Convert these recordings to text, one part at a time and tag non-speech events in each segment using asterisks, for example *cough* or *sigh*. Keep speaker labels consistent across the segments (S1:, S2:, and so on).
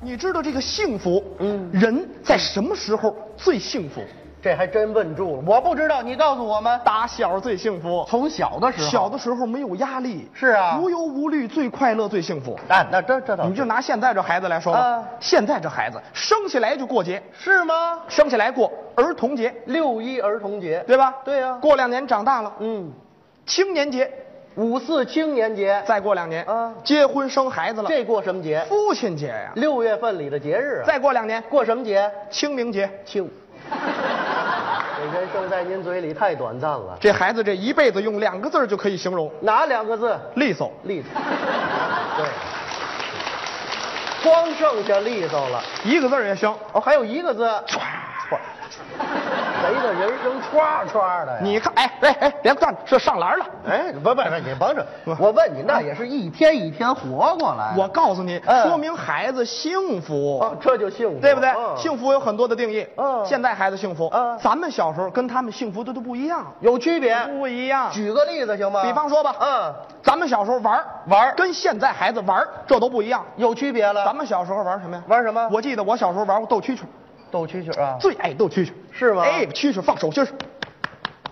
S1: 你知道这个幸福，嗯，人在什么时候最幸福？
S2: 这还真问住了，我不知道，你告诉我们。
S1: 打小最幸福，
S2: 从小的时候，
S1: 小的时候没有压力，
S2: 是啊
S1: 无忧无虑最快乐最幸福。
S2: 哎，那这这
S1: 你
S2: 倒是
S1: 们就拿现在这孩子来说吧
S2: 啊，
S1: 现在这孩子生下来就过节，
S2: 是吗？
S1: 生下来过儿童节，
S2: 六一儿童节，
S1: 对吧？
S2: 对呀
S1: 过两年长大了，
S2: 嗯，
S1: 青年节，
S2: 五四青年节，
S1: 再过两年，
S2: 啊
S1: 结婚生孩子了，
S2: 这过什么节？
S1: 父亲节呀，
S2: 六月份里的节日啊。
S1: 再过两年，
S2: 过什么节？
S1: 清明节。
S2: 庆。这人生在您嘴里太短暂了，
S1: 这孩子这一辈子用两个字儿就可以形容，
S2: 哪两个字？
S1: 利索。
S2: 利索。对，光剩下利索了。
S1: 一个字儿也行。
S2: 哦，还有一个字，歘歘，谁的人生歘歘的呀？
S1: 你看，哎哎哎，别站着，这上篮了。
S2: 哎，不不不，你甭着
S1: 不，
S2: 我问你，那也是一天一天活过来。
S1: 我告诉你，
S2: 嗯
S1: 说明孩子幸福
S2: 哦，，这就幸福，
S1: 对不对？
S2: 嗯
S1: 幸福有很多的定义。
S2: 嗯
S1: 现在孩子幸福
S2: 嗯，
S1: 咱们小时候跟他们幸福的都不一样，
S2: 有区别。
S1: 不一样。
S2: 嗯举个例子行吗？
S1: 比方说吧，
S2: 嗯，
S1: 咱们小时候玩儿
S2: 玩儿
S1: 跟现在孩子玩儿这都不一样。
S2: 有区别了。
S1: 咱们小时候玩什么呀？
S2: 嗯玩什啊么
S1: 我记得我小时候玩过斗蛐蛐，
S2: 斗蛐蛐啊，
S1: 最爱斗蛐蛐。
S2: 是吗嗯
S1: 哎，蛐蛐放手心儿，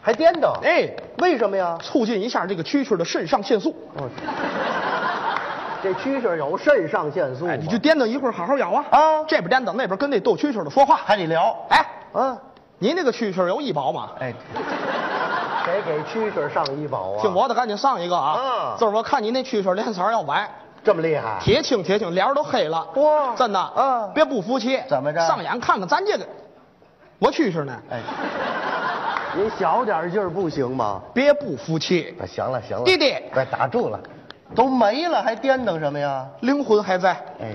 S2: 还颠倒。
S1: 哎，
S2: 为什么呀？
S1: 促进一下这个蛐蛐的肾上腺素。 *laughs*
S2: 哦，这蛐蛐有肾上腺素吗，
S1: 哎，你就颠倒一会儿，好好咬啊！
S2: 啊
S1: 这边颠倒，那边跟那斗蛐蛐的说话。
S2: 还得聊。
S1: 哎，
S2: 啊，
S1: 您那个蛐蛐有医保吗？
S2: 哎，谁给蛐蛐上医保啊？
S1: 姓罗的赶紧上一个啊！
S2: 嗯
S1: 就是我看您那蛐蛐脸色儿要白，
S2: 这么厉害？
S1: 铁青铁青，脸儿都黑了。
S2: 哇
S1: 真的，
S2: 嗯
S1: 别不服气，
S2: 怎么着
S1: 上眼看看咱这个，我蛐蛐呢？
S2: 哎，您小点劲儿不行吗？
S1: 别不服气，
S2: 啊行了行了，
S1: 弟弟
S2: 哎，打住了，都没了还颠腾什么呀？
S1: 灵魂还在，
S2: 哎，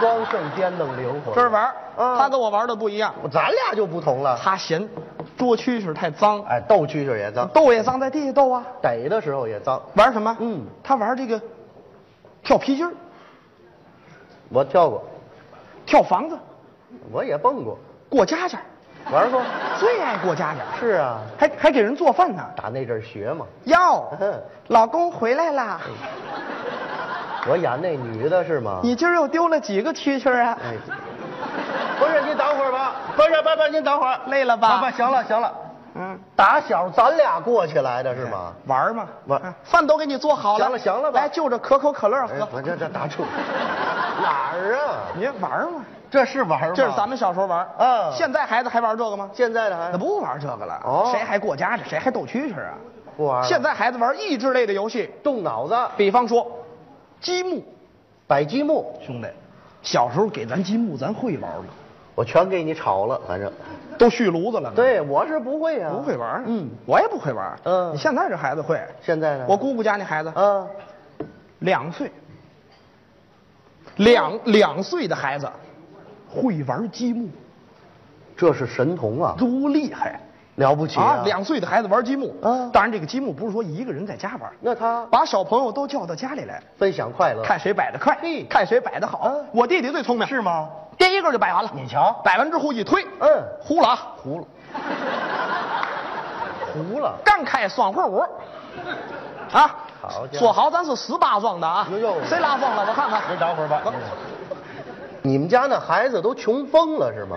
S2: 光剩颠腾灵魂。
S1: 这儿玩儿，
S2: 嗯
S1: 他跟我玩的不一样，
S2: 咱俩就不同了。
S1: 他嫌捉蛐蛐太脏，
S2: 哎，斗蛐蛐也脏，
S1: 斗啊也脏，在地下斗啊。
S2: 逮的时候也脏。
S1: 玩什么？
S2: 嗯
S1: 他玩这个跳皮筋儿，
S2: 我跳过，
S1: 跳房子，
S2: 我也蹦过，
S1: 过家家儿，
S2: 玩过。
S1: 最爱过家家儿，
S2: 是啊，
S1: 还还给人做饭呢。
S2: 打那阵儿学嘛。 *laughs*
S1: 哟
S2: 嗯，
S1: 老公回来
S2: 哎
S1: 啦！
S2: 我演那女的是吗？
S1: 你今儿又丢了几个蛐蛐儿啊？
S2: 哎，不是，您等会儿吧。不是，不是，您等会儿。
S1: 累了吧
S2: 啊不，行了，行了。
S1: 嗯，
S2: 打小咱俩过起来的是吗？
S1: 玩儿嘛，
S2: 玩
S1: 啊饭都给你做好了，
S2: 行了行了吧
S1: 来就着可口可乐
S2: 哎，
S1: 喝，
S2: 我这这打住。 *laughs* 哪儿啊？
S1: 你玩儿嘛，
S2: 这是玩儿吗？
S1: 这是咱们小时候玩儿，
S2: 嗯
S1: 现在孩子还玩这个吗？
S2: 现在的还
S1: 那不玩这个了，
S2: 啊哦
S1: 谁还过家家，谁还斗蛐蛐儿啊？
S2: 不玩儿了
S1: 现在孩子玩益智类的游戏，
S2: 动脑子
S1: 比方说积木，
S2: 摆积木，
S1: 兄弟，小时候给咱积木，咱会玩吗？
S2: 我全给你炒了，反正。
S1: 都续炉子了，，
S2: 对，我是不会啊，
S1: 不会玩儿，
S2: 嗯，
S1: 我也不会玩儿，
S2: 嗯
S1: 你现在这孩子会，
S2: 现在呢？
S1: 我姑姑家那孩子，
S2: 啊，
S1: 两岁，两
S2: 哦
S1: 两岁的孩子会玩积木，
S2: 这是神童啊，
S1: 多厉害
S2: 了不起啊
S1: 啊两岁的孩子玩积木，
S2: 嗯
S1: 当然这个积木不是说一个人在家玩，
S2: 那他
S1: 把小朋友都叫到家里来，
S2: 分享快乐，
S1: 看谁摆的快
S2: 哦嘿，
S1: 看谁摆的好
S2: 嗯。
S1: 我弟弟最聪明，
S2: 是吗？
S1: 第一个就摆完了，
S2: 你瞧
S1: 摆完之后一推，
S2: 嗯
S1: 糊了啊，
S2: 糊了，糊了，
S1: 刚开双会舞，啊
S2: 好，家伙
S1: 说好咱是十八庄的啊
S2: 哎呦，
S1: 谁拉双了我看看，
S2: 您等会儿吧。你们家那孩子都穷疯了是吗？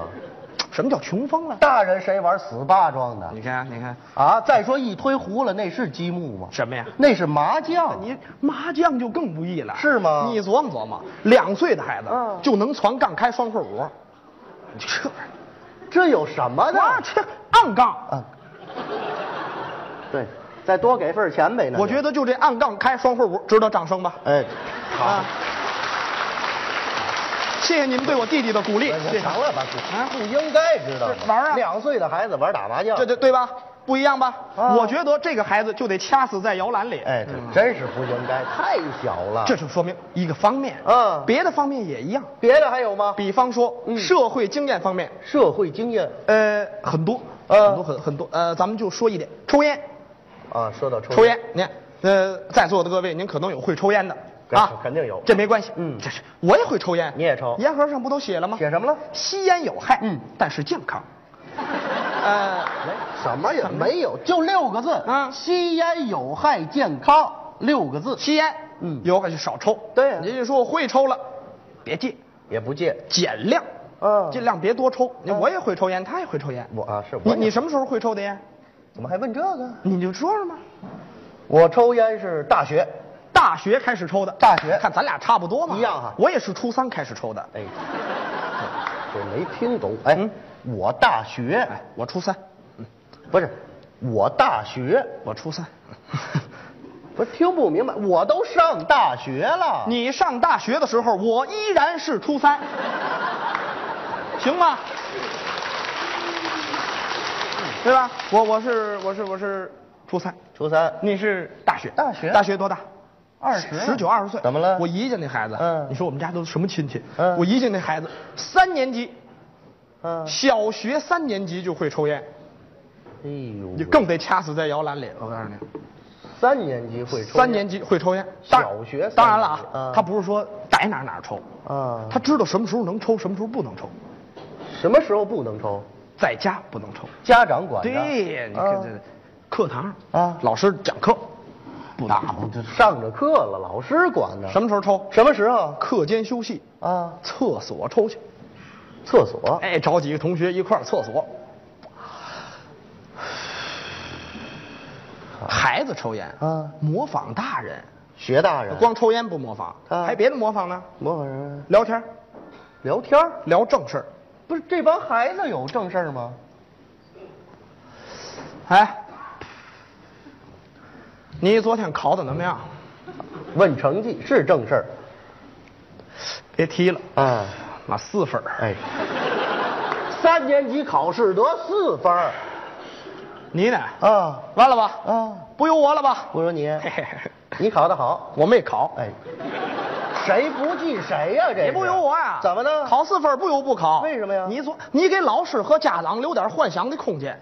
S1: 什么叫穷疯了？
S2: 大人谁玩死八庄的
S1: 你看，你看，
S2: 啊？再说一推糊了，那是积木吗？
S1: 什么呀？
S2: 那是麻将。
S1: 你麻将就更不易了，
S2: 哦是吗
S1: 你琢磨琢磨，两岁的孩子
S2: 嗯
S1: 就能传杠开双会五，你这玩
S2: 啊
S1: 意
S2: 这有什么
S1: 儿，哇，
S2: 的？
S1: 这暗杠，
S2: 啊，对，再多给份儿钱呗。那就
S1: 我觉得就这暗杠开双会五值得掌声吧。
S2: 哎，
S1: 啊，谢谢你们对我弟弟的鼓励，谢谢。
S2: 行了吧，
S1: 啊
S2: 不应该知道吗
S1: 是玩儿啊
S2: 两岁的孩子玩打麻将，
S1: 这这对吧？不一样吧？
S2: 啊
S1: 我觉得这个孩子就得掐死在摇篮里。嗯
S2: 哎，这真是不应该，太小了。
S1: 这就说明一个方面，
S2: 嗯
S1: 别的方面也一样。
S2: 别的还有吗？
S1: 比方说
S2: 嗯
S1: 社会经验方面，
S2: 社会经验
S1: 呃，很多，
S2: 呃
S1: 很多很很多，呃，咱们就说一点，抽烟，
S2: 啊，说到抽
S1: 抽烟，您呃，在座的各位，您可能有会抽烟的啊
S2: 对肯定有
S1: 这没关系，
S2: 嗯
S1: 这是我也会抽烟，
S2: 你也抽
S1: 烟盒上不都写了吗？
S2: 写什么了？
S1: 吸烟有害，
S2: 嗯
S1: 但是健
S2: *laughs*
S1: 康。呃，
S2: 哎，什么也没有，就六个字
S1: 啊
S2: 吸烟有害健康，六个字。
S1: 吸烟，
S2: 嗯
S1: 有害就少抽。
S2: 对啊
S1: 您就说我会抽了，别戒，
S2: 也不戒。
S1: 减量，
S2: 嗯
S1: 尽量别多抽。你我也会抽烟，他也会抽烟。
S2: 我啊是我
S1: 你
S2: 也
S1: 你什么时候会抽的烟？
S2: 怎么还问这个？
S1: 你就说说嘛。
S2: 我抽烟是大学，
S1: 大学开始抽的，
S2: 大学
S1: 看咱俩差不多嘛，
S2: 一样哈
S1: 我也是初三开始抽的，
S2: 哎，这没听懂。哎，
S1: 嗯
S2: 我大学、
S1: 哎，我初三，
S2: 不是，我大学
S1: 我初三。
S2: 不是听不明白，我都上大学了。
S1: 你上大学的时候，我依然是初三，行吗？对吧？我我是我是我是初三，
S2: 初三，
S1: 你是大学，
S2: 大学
S1: 大学多大？
S2: 二十啊
S1: 十九二十岁。
S2: 怎么了
S1: 我姨家那孩子，
S2: 嗯
S1: 你说我们家都什么亲戚？
S2: 嗯
S1: 我姨家那孩子三年级，
S2: 嗯，
S1: 小学三年级就会抽烟，
S2: 哎呦，
S1: 你更得掐死在摇篮里。我告诉你。
S2: 三年级会抽烟，
S1: 三年级会抽烟，
S2: 小
S1: 当
S2: 学三
S1: 当然了啊
S2: 年级，嗯
S1: 他不是说逮哪儿哪儿抽，
S2: 啊，
S1: 他知道什么时候能抽，什么时候不能抽，
S2: 什么时候不能抽？
S1: 在家不能抽。
S2: 家长管着。
S1: 对，你看
S2: 啊
S1: 这课堂
S2: 啊
S1: 老师讲课不能
S2: 那
S1: 抽
S2: 不就上着课了，老师管呢。
S1: 什么时候抽？
S2: 什么时候？
S1: 课间休息，
S2: 啊，
S1: 厕所抽去。
S2: 厕所。
S1: 哎，找几个同学一块儿厕所。
S2: 嗯
S1: 孩子抽烟
S2: 啊
S1: 模仿大人，
S2: 学大人。
S1: 光抽烟不模仿，
S2: 啊
S1: 还别的模仿呢？
S2: 模仿人
S1: 聊天儿，
S2: 聊天儿
S1: 聊正事儿。
S2: 不是这帮孩子有正事儿吗？
S1: 哎，你昨天考的怎么样？
S2: 问成绩是正事儿。
S1: 别提了，
S2: 啊，
S1: 妈四分儿。
S2: 哎，三年级考试得四分儿
S1: 你呢？
S2: 啊
S1: 完了吧？
S2: 啊！
S1: 不由我了吧？
S2: 我说 *laughs* 你
S1: 嘿嘿嘿，
S2: 你考得好，
S1: 我没考，
S2: 哎，谁不记谁呀、这
S1: 也
S2: 是
S1: 不由我呀。
S2: 怎么呢？
S1: 考四分不由不考。
S2: 为什么呀
S1: 你昨你给老师和家长留点幻想的空间。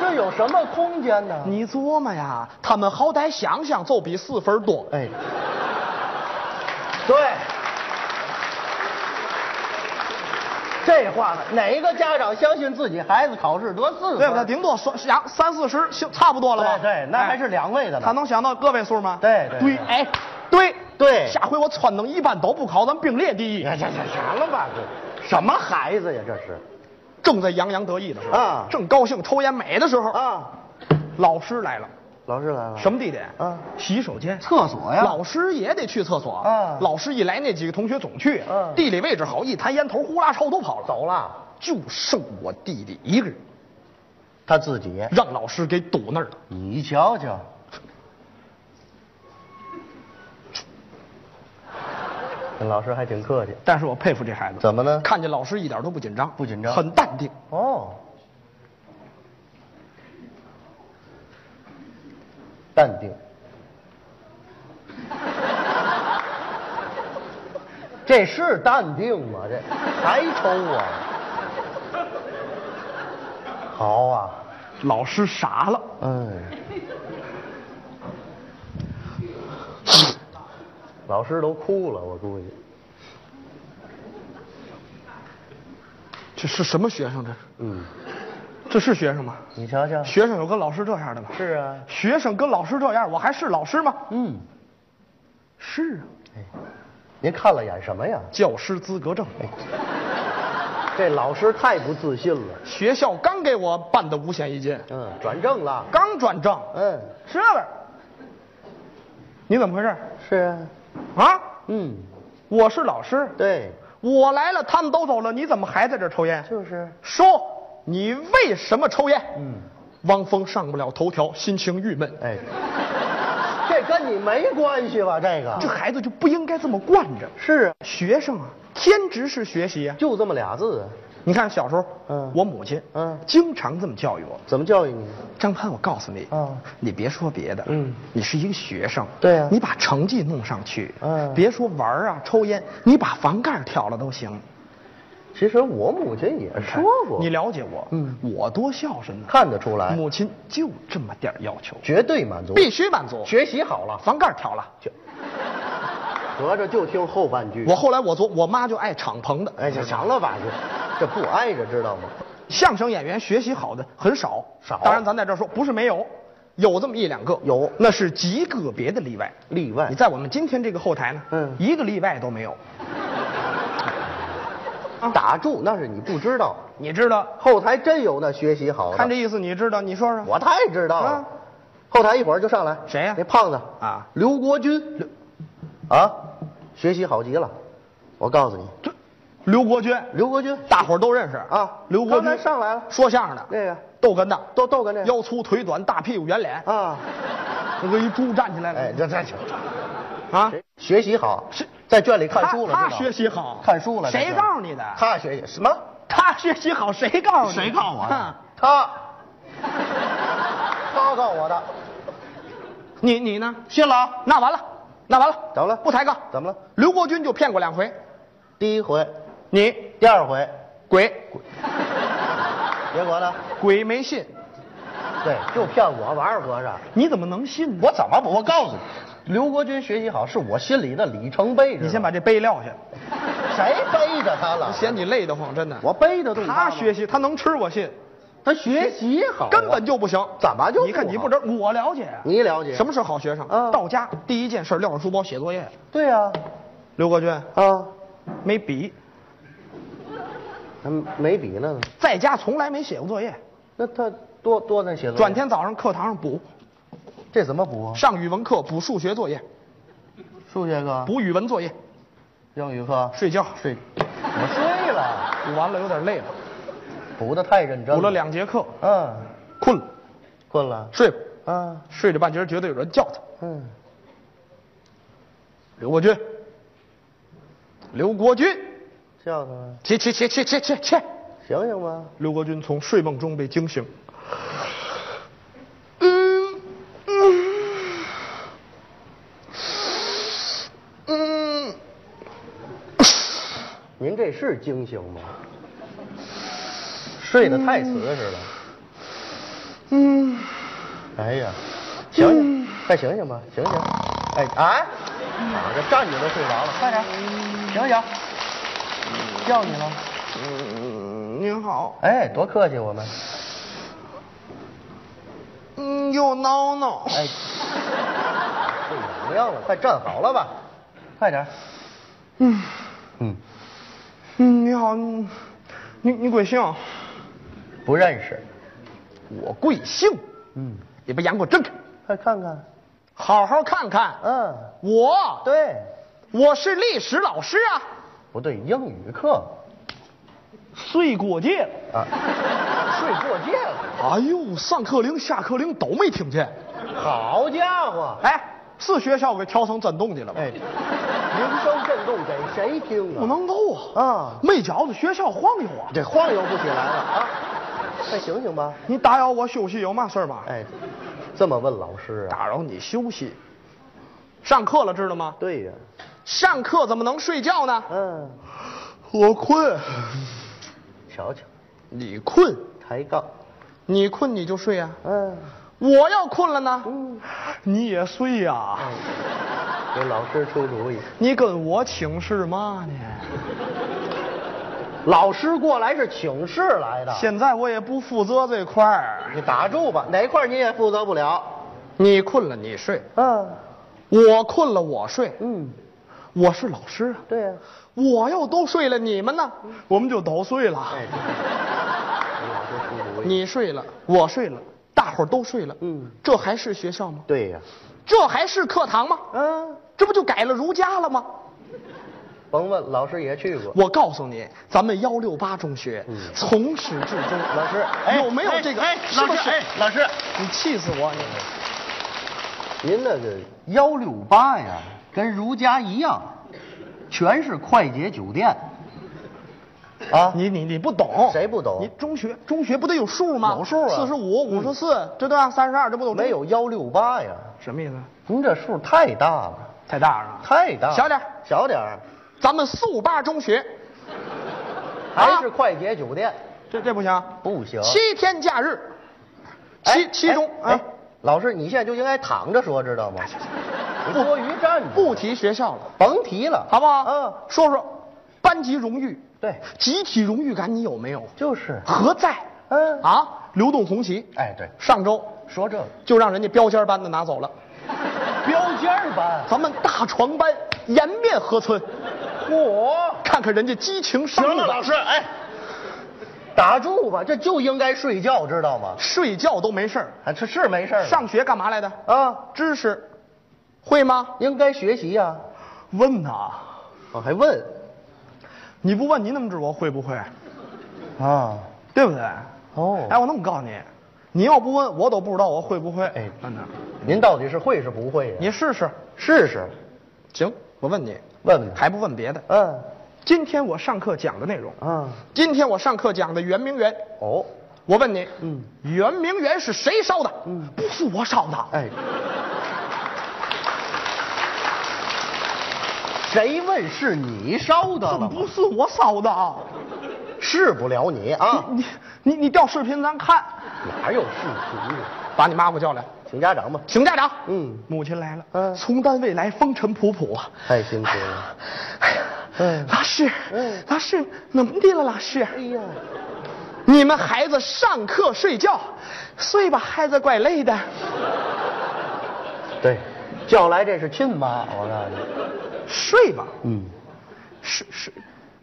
S2: 这有什么空间呢？
S1: 你琢磨呀，他们好歹想想就比四分多。
S2: 哎，对，这话呢哪个家长相信自己孩子考试得
S1: *laughs*
S2: 四分？
S1: 对不对？顶多说想三四十，行，差不多了吧？
S2: 对对那
S1: 哎
S2: 还是两位的呢
S1: 他能想到个位数吗？
S2: 对对
S1: 对，
S2: 对
S1: 哎，对
S2: 对哎
S1: 下回我撺掇一般都不考，咱并列第一。
S2: 呀呀呀，行了吧，这什么孩子呀，这是
S1: 正在洋洋得意的时候
S2: 啊
S1: 正高兴抽烟美的时候，
S2: 啊！
S1: 老师来了，
S2: 老师来了，
S1: 什么地点？
S2: 啊
S1: 洗手间、
S2: 厕所呀
S1: 老师也得去厕所
S2: 啊
S1: 老师一来，那几个同学总去。
S2: 嗯
S1: 地理位置好，一弹烟头，呼啦超都跑了，
S2: 走了？
S1: 就剩我弟弟一个人，
S2: 他自己，
S1: 让老师给堵那儿了。
S2: 你瞧瞧，这老师还挺客气。
S1: 但是我佩服这孩子，
S2: 怎么呢
S1: 看见老师一点都不紧张，
S2: 不紧张
S1: 很淡定。
S2: 哦，淡定。 *laughs* 这是淡定吗？这还抽啊？好啊，
S1: 老师傻了，
S2: 嗯。老师都哭了，我估计。
S1: 这是什么学生？这是，
S2: 嗯，
S1: 这是学生吗？
S2: 你瞧瞧。
S1: 学生有跟老师这样的吗？
S2: 是啊。
S1: 学生跟老师这样，我还是老师吗？
S2: 嗯。
S1: 是啊，
S2: 哎，您看了眼什么呀？
S1: 教师资格证。
S2: 哎这老师太不自信了。
S1: 学校刚给我办的五险一金，
S2: 嗯，转正了。
S1: 刚转正，
S2: 嗯，
S1: 是了。你怎么回事？
S2: 是啊。
S1: 啊？
S2: 嗯，
S1: 我是老师，
S2: 对，
S1: 我来了，他们都走了，你怎么还在这儿抽烟？
S2: 就是。
S1: 说你为什么抽烟？
S2: 嗯，
S1: 汪峰上不了头条，心情郁闷。
S2: 哎，这跟你没关系吧？这个
S1: 这孩子就不应该这么惯着。
S2: 是啊，
S1: 学生啊，天职是学习啊。
S2: 就这么俩字。
S1: 你看小时候，
S2: 嗯
S1: 我母亲，
S2: 嗯
S1: 经常这么教育我。
S2: 怎么教育你？
S1: 张潘，我告诉你，
S2: 嗯
S1: 你别说别的，
S2: 嗯
S1: 你是一个学生，
S2: 对啊
S1: 你把成绩弄上去，
S2: 嗯
S1: 别说玩儿啊、抽烟，你把房盖儿挑了都行。
S2: 其实我母亲也说过，
S1: 你了解我，
S2: 嗯
S1: 我多孝顺呢，
S2: 看得出来，
S1: 母亲就这么点儿要求，
S2: 绝对满足，
S1: 必须满足，
S2: 学习好了，
S1: 房盖儿挑了。
S2: 就合着就听后半句。
S1: 我后来我做我妈就爱敞篷的，
S2: 哎，这行了吧？这这不挨着，知道吗？
S1: 相声演员学习好的很少，
S2: 少
S1: 当然，咱在这儿说不是没有，有这么一两个，
S2: 有哎
S1: 那是极个别的例外。
S2: 例外
S1: 你在我们今天这个后台呢，
S2: 嗯
S1: 一个例外都没有。啊
S2: 打住，那是你不知道。
S1: 你知道？
S2: 后台真有那学习好的，
S1: 看这意思，你知道？你说说。
S2: 我太知道了。
S1: 啊
S2: 后台一会儿就上来，
S1: 谁呀
S2: 那胖子
S1: 啊
S2: 刘国军，刘啊，学习好极了。我告诉你，
S1: 这刘国军，
S2: 刘国军
S1: 大伙儿都认识
S2: 啊
S1: 刘国
S2: 刚
S1: 军
S2: 才上来了
S1: 说相声的，
S2: 那个
S1: 逗哏的，
S2: 逗逗哏这
S1: 腰粗腿短，大屁股圆脸，
S2: 啊，
S1: 这跟一猪站起来了。
S2: 哎，这这这
S1: 啊，
S2: 学习好
S1: 是
S2: 在圈里看书了，
S1: 他
S2: 知
S1: 他
S2: 道
S1: 学习好，
S2: 看书了，
S1: 谁
S2: 在圈里
S1: 告诉你的？
S2: 他学习什么？
S1: 他学习好，谁告诉你？
S2: 谁告诉我啊
S1: 哼
S2: 的？他， *laughs* 他告诉我的。
S1: 你你呢？
S2: 信了啊？
S1: 那完了，那完了，
S2: 怎么了
S1: 不抬杠，
S2: 怎么了？
S1: 刘国军就骗过两回，
S2: 第一回，
S1: 你
S2: 第二回，
S1: 鬼
S2: 结果呢？
S1: 鬼没信，
S2: 对，就骗我玩儿和尚。
S1: 你怎么能信呢？
S2: 我怎么不？我告诉你，刘国军学习好是我心里的里程碑。
S1: 你先把
S2: 这
S1: 这杯撂下，
S2: 谁背着他了？
S1: 嫌你累得慌，真的。
S2: 我背得动
S1: 他
S2: 吗
S1: 学习，他能吃，我信，
S2: 他学习好啊，
S1: 根本就不行。
S2: 怎么就不好
S1: 你看你不知道，我了解啊。
S2: 你了解
S1: 什么是好学生？
S2: 啊
S1: 到家第一件事撂上书包写作业。
S2: 对啊呀
S1: 刘国军
S2: 啊，
S1: 没笔，
S2: 他没笔呢，
S1: 在家从来没写过作业，
S2: 那他多多那写作业
S1: 转天早上课堂上补，
S2: 这怎么补啊？
S1: 上语文课补数学作业，
S2: 数学课、
S1: 补语文作业，
S2: 英语课、
S1: 睡觉
S2: 睡，我睡了，
S1: 补完了有点累了，
S2: 补的太认真
S1: 补了，两节课，
S2: 嗯，
S1: 困了，
S2: 困了，
S1: 睡吧，
S2: 啊，
S1: 睡着半截儿觉得有人叫他，
S2: 嗯，
S1: 刘国军，刘国军，
S2: 叫他们，
S1: 起起起起起起起！
S2: 醒醒吧，
S1: 刘国军从睡梦中被惊醒，嗯嗯嗯，
S2: 您这是惊醒吗？睡得太瓷实了，
S1: 嗯，
S2: 哎呀，醒醒，快醒醒吧，醒醒，哎啊，躺着站着都睡着了，快点，醒醒，叫你了，
S1: 嗯，您好，
S2: 哎，多客气我们，
S1: 嗯，又挠挠，
S2: 哎，睡什么样了？快站好了吧，快点，
S1: 嗯
S2: 嗯，
S1: 嗯，你好，你你你贵姓？
S2: 不认识，
S1: 我贵姓？
S2: 嗯，
S1: 你把眼给我睁开，
S2: 快看看，
S1: 好好看看。
S2: 嗯，
S1: 我
S2: 对，
S1: 我是历史老师啊，
S2: 不对，英语课
S1: 睡过界了。
S2: 啊，睡过界了，
S1: 哎呦，上课铃、下课铃都没听见。
S2: 好家伙，
S1: 哎，是学校给调成震动去了吧？
S2: 哎，铃声震动给谁听啊？
S1: 不能够啊！
S2: 啊
S1: 没觉着学校晃悠啊！
S2: 这晃悠不起来了啊！快醒醒吧！
S1: 你打扰我休息有嘛事儿吗？
S2: 哎，这么问老师啊？
S1: 打扰你休息。上课了，知道吗？
S2: 对呀、
S1: 上课怎么能睡觉呢？
S2: 嗯，
S1: 我困，
S2: 瞧瞧，
S1: 你困，
S2: 抬杠，
S1: 你困你就睡啊。
S2: 嗯
S1: 我要困了呢，
S2: 嗯，
S1: 哦你也睡呀、
S2: 哎给老师出主意。
S1: 你跟我请示嘛呢？
S2: 老师过来是请示来的，
S1: 现在我也不负责这块儿。
S2: 你打住吧，哪块儿你也负责不了。
S1: 你困了你睡，
S2: 嗯
S1: 我困了我睡，
S2: 嗯，
S1: 我是老师啊。
S2: 对呀、
S1: 我又都睡了，你们呢？我们就都睡了。
S2: 哎，给老师出主意。
S1: 你睡了，我睡了，大伙儿都睡了。
S2: 嗯
S1: 这还是学校吗？
S2: 对呀、
S1: 这还是课堂吗？
S2: 嗯，
S1: 这不就改了儒家了吗？
S2: 甭问，老师也去过。
S1: 我告诉你，咱们幺六八中学、
S2: 嗯
S1: 从始至终，
S2: 老师，哎，
S1: 有没有这个？
S2: 哎，
S1: 是
S2: 老
S1: 不
S2: 师，
S1: 是
S2: 哎，老师，嗯
S1: 你气死我！你
S2: 您那个幺六八呀，跟儒家一样，全是快捷酒店。啊，
S1: 你你你不懂，
S2: 谁不懂
S1: 你中学中学不得有数吗？
S2: 有数啊
S1: 四十五、五十四，这对吧？三十二，这不都
S2: 没有幺六八呀？
S1: 什么意思？
S2: 您这数太大了，
S1: 太大了，啊
S2: 太大了。
S1: 小点儿
S2: 小点儿，
S1: 咱们四五八中学，
S2: 还是快捷酒店？
S1: 这这不行。
S2: 不行。
S1: 七天假日，
S2: 哎
S1: 七七中
S2: 哎
S1: 啊
S2: 哎，老师，你现在就应该躺着说，知道
S1: *laughs*
S2: 吗？你多余站着，
S1: 不，提学校了，
S2: 甭提了，
S1: 好不好？
S2: 嗯，，
S1: 说说班级荣誉，
S2: 对，
S1: 集体荣誉感你有没有？
S2: 就是，
S1: 何在？
S2: 嗯
S1: 啊，流动红旗，
S2: 哎，对，
S1: 上周
S2: 说这个
S1: 就让人家标间班的拿走了，
S2: 标间儿班，
S1: 咱们大床班颜面何存？
S2: 嚯！
S1: 看看人家激情上
S2: 行
S1: 路
S2: 了，
S1: 的
S2: 老师，哎，打住吧，这就应该睡觉，知道吗？
S1: 睡觉都没事儿，
S2: 啊，这是没事儿。
S1: 上学干嘛来的？
S2: 啊，
S1: 知识，会吗？
S2: 应该学习呀、
S1: 问呐、
S2: 我还问
S1: 你不问你怎么知道我会不会？
S2: 啊？
S1: 对不对？
S2: 哦
S1: 哎，我那么告诉你，你要不问我都不知道我会嗯不会。
S2: 哎
S1: 真的，
S2: 您到底是会是不会呀、
S1: 你试试，
S2: 试试，
S1: 行，我问你，
S2: 问问。
S1: 还不问别的？
S2: 嗯
S1: 今天我上课讲的内容，
S2: 啊
S1: 今天我上课讲的圆明园，
S2: 哦，
S1: 我问你，
S2: 嗯，
S1: 圆明园是谁烧的？
S2: 嗯
S1: 不是我烧的。
S2: 哎，谁问是你烧的了吗？
S1: 不是我烧的啊！
S2: 是不了你啊，
S1: 你你你调视频咱看，
S2: 哪有视频呀？
S1: 把你妈给我叫来，
S2: 请家长吧。
S1: 请家长。
S2: 嗯
S1: 母亲来了，
S2: 嗯
S1: 从单位来风尘仆仆啊。
S2: 太辛苦了。
S1: 哎呀，
S2: 嗯
S1: 老师，
S2: 嗯
S1: 老师怎么的了？老师，
S2: 哎呀，
S1: 你们孩子上课睡觉，睡吧，孩子怪累的。
S2: 对，叫来这是亲妈，我告诉
S1: 睡吧，
S2: 你。嗯，
S1: 睡睡，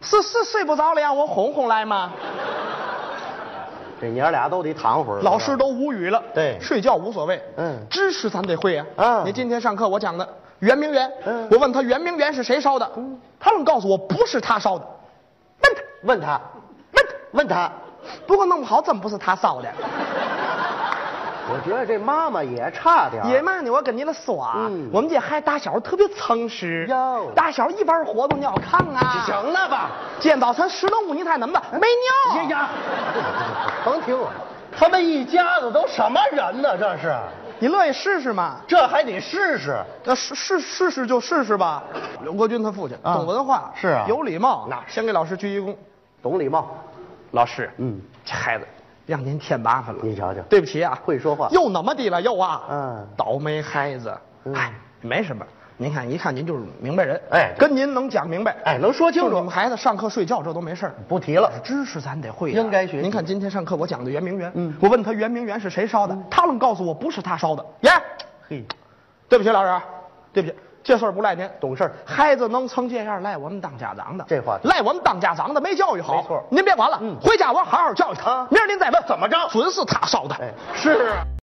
S1: 是是睡不着了，让我哄哄来吗？
S2: 这娘俩都得躺会儿。
S1: 老师
S2: 是吧
S1: 都无语了。
S2: 对
S1: 睡觉无所谓。
S2: 嗯
S1: 知识咱得会呀。
S2: 啊
S1: 你今天上课我讲的圆明园，
S2: 嗯
S1: 我问他圆明园是谁烧的，他愣告诉我不是他烧的，问他，
S2: 问他，
S1: 问他，
S2: 问他。
S1: 不过弄不好真不是他烧的。
S2: 我觉得这妈妈也差点儿
S1: 爷嘛呢，我跟你了说啊，
S2: 啊嗯
S1: 我们这孩子打小特别诚实
S2: 哟
S1: 打小一玩活动尿炕啊，
S2: 行了吧？
S1: 见早晨十弄五，你猜怎么的？没尿。
S2: 哎呀，甭听我，他们一家子都什么人呢？这是，
S1: 你乐意试试嘛？
S2: 这还得试试。
S1: 那试试试试就试试吧。刘国军他父亲
S2: 啊
S1: 懂文化，
S2: 是啊
S1: 有礼貌。
S2: 那
S1: 先给老师鞠一躬，
S2: 懂礼貌，
S1: 老师，
S2: 嗯，
S1: 这孩子让您添麻烦了。
S2: 你瞧瞧
S1: 对不起啊，
S2: 会说话
S1: 又怎么地了？又啊，
S2: 嗯
S1: 倒霉孩子
S2: 嗯。
S1: 哎，没什么，您看一看您就是明白人。
S2: 哎
S1: 跟您能讲明白，
S2: 哎，能说清
S1: 就你
S2: 楚
S1: 们。孩子上课睡觉这都没事儿。
S2: 不提了，
S1: 知识咱得会呀、
S2: 应该学习
S1: 您看今天上课我讲的圆明园，
S2: 嗯
S1: 我问他圆明园是谁烧的，他愣告诉我不是他烧的。耶、
S2: 哎嘿，
S1: 对不起，老师，啊对不起，这事儿不赖您，
S2: 懂事儿
S1: 孩子能成这样，赖我们当家长的。
S2: 这话
S1: 赖我们当家长的没教育好。
S2: 没错
S1: 您别管了，
S2: 嗯
S1: 回家我好好教育他。
S2: 啊
S1: 明儿您再问
S2: 怎么着
S1: 准是他烧的。
S2: 哎，是啊。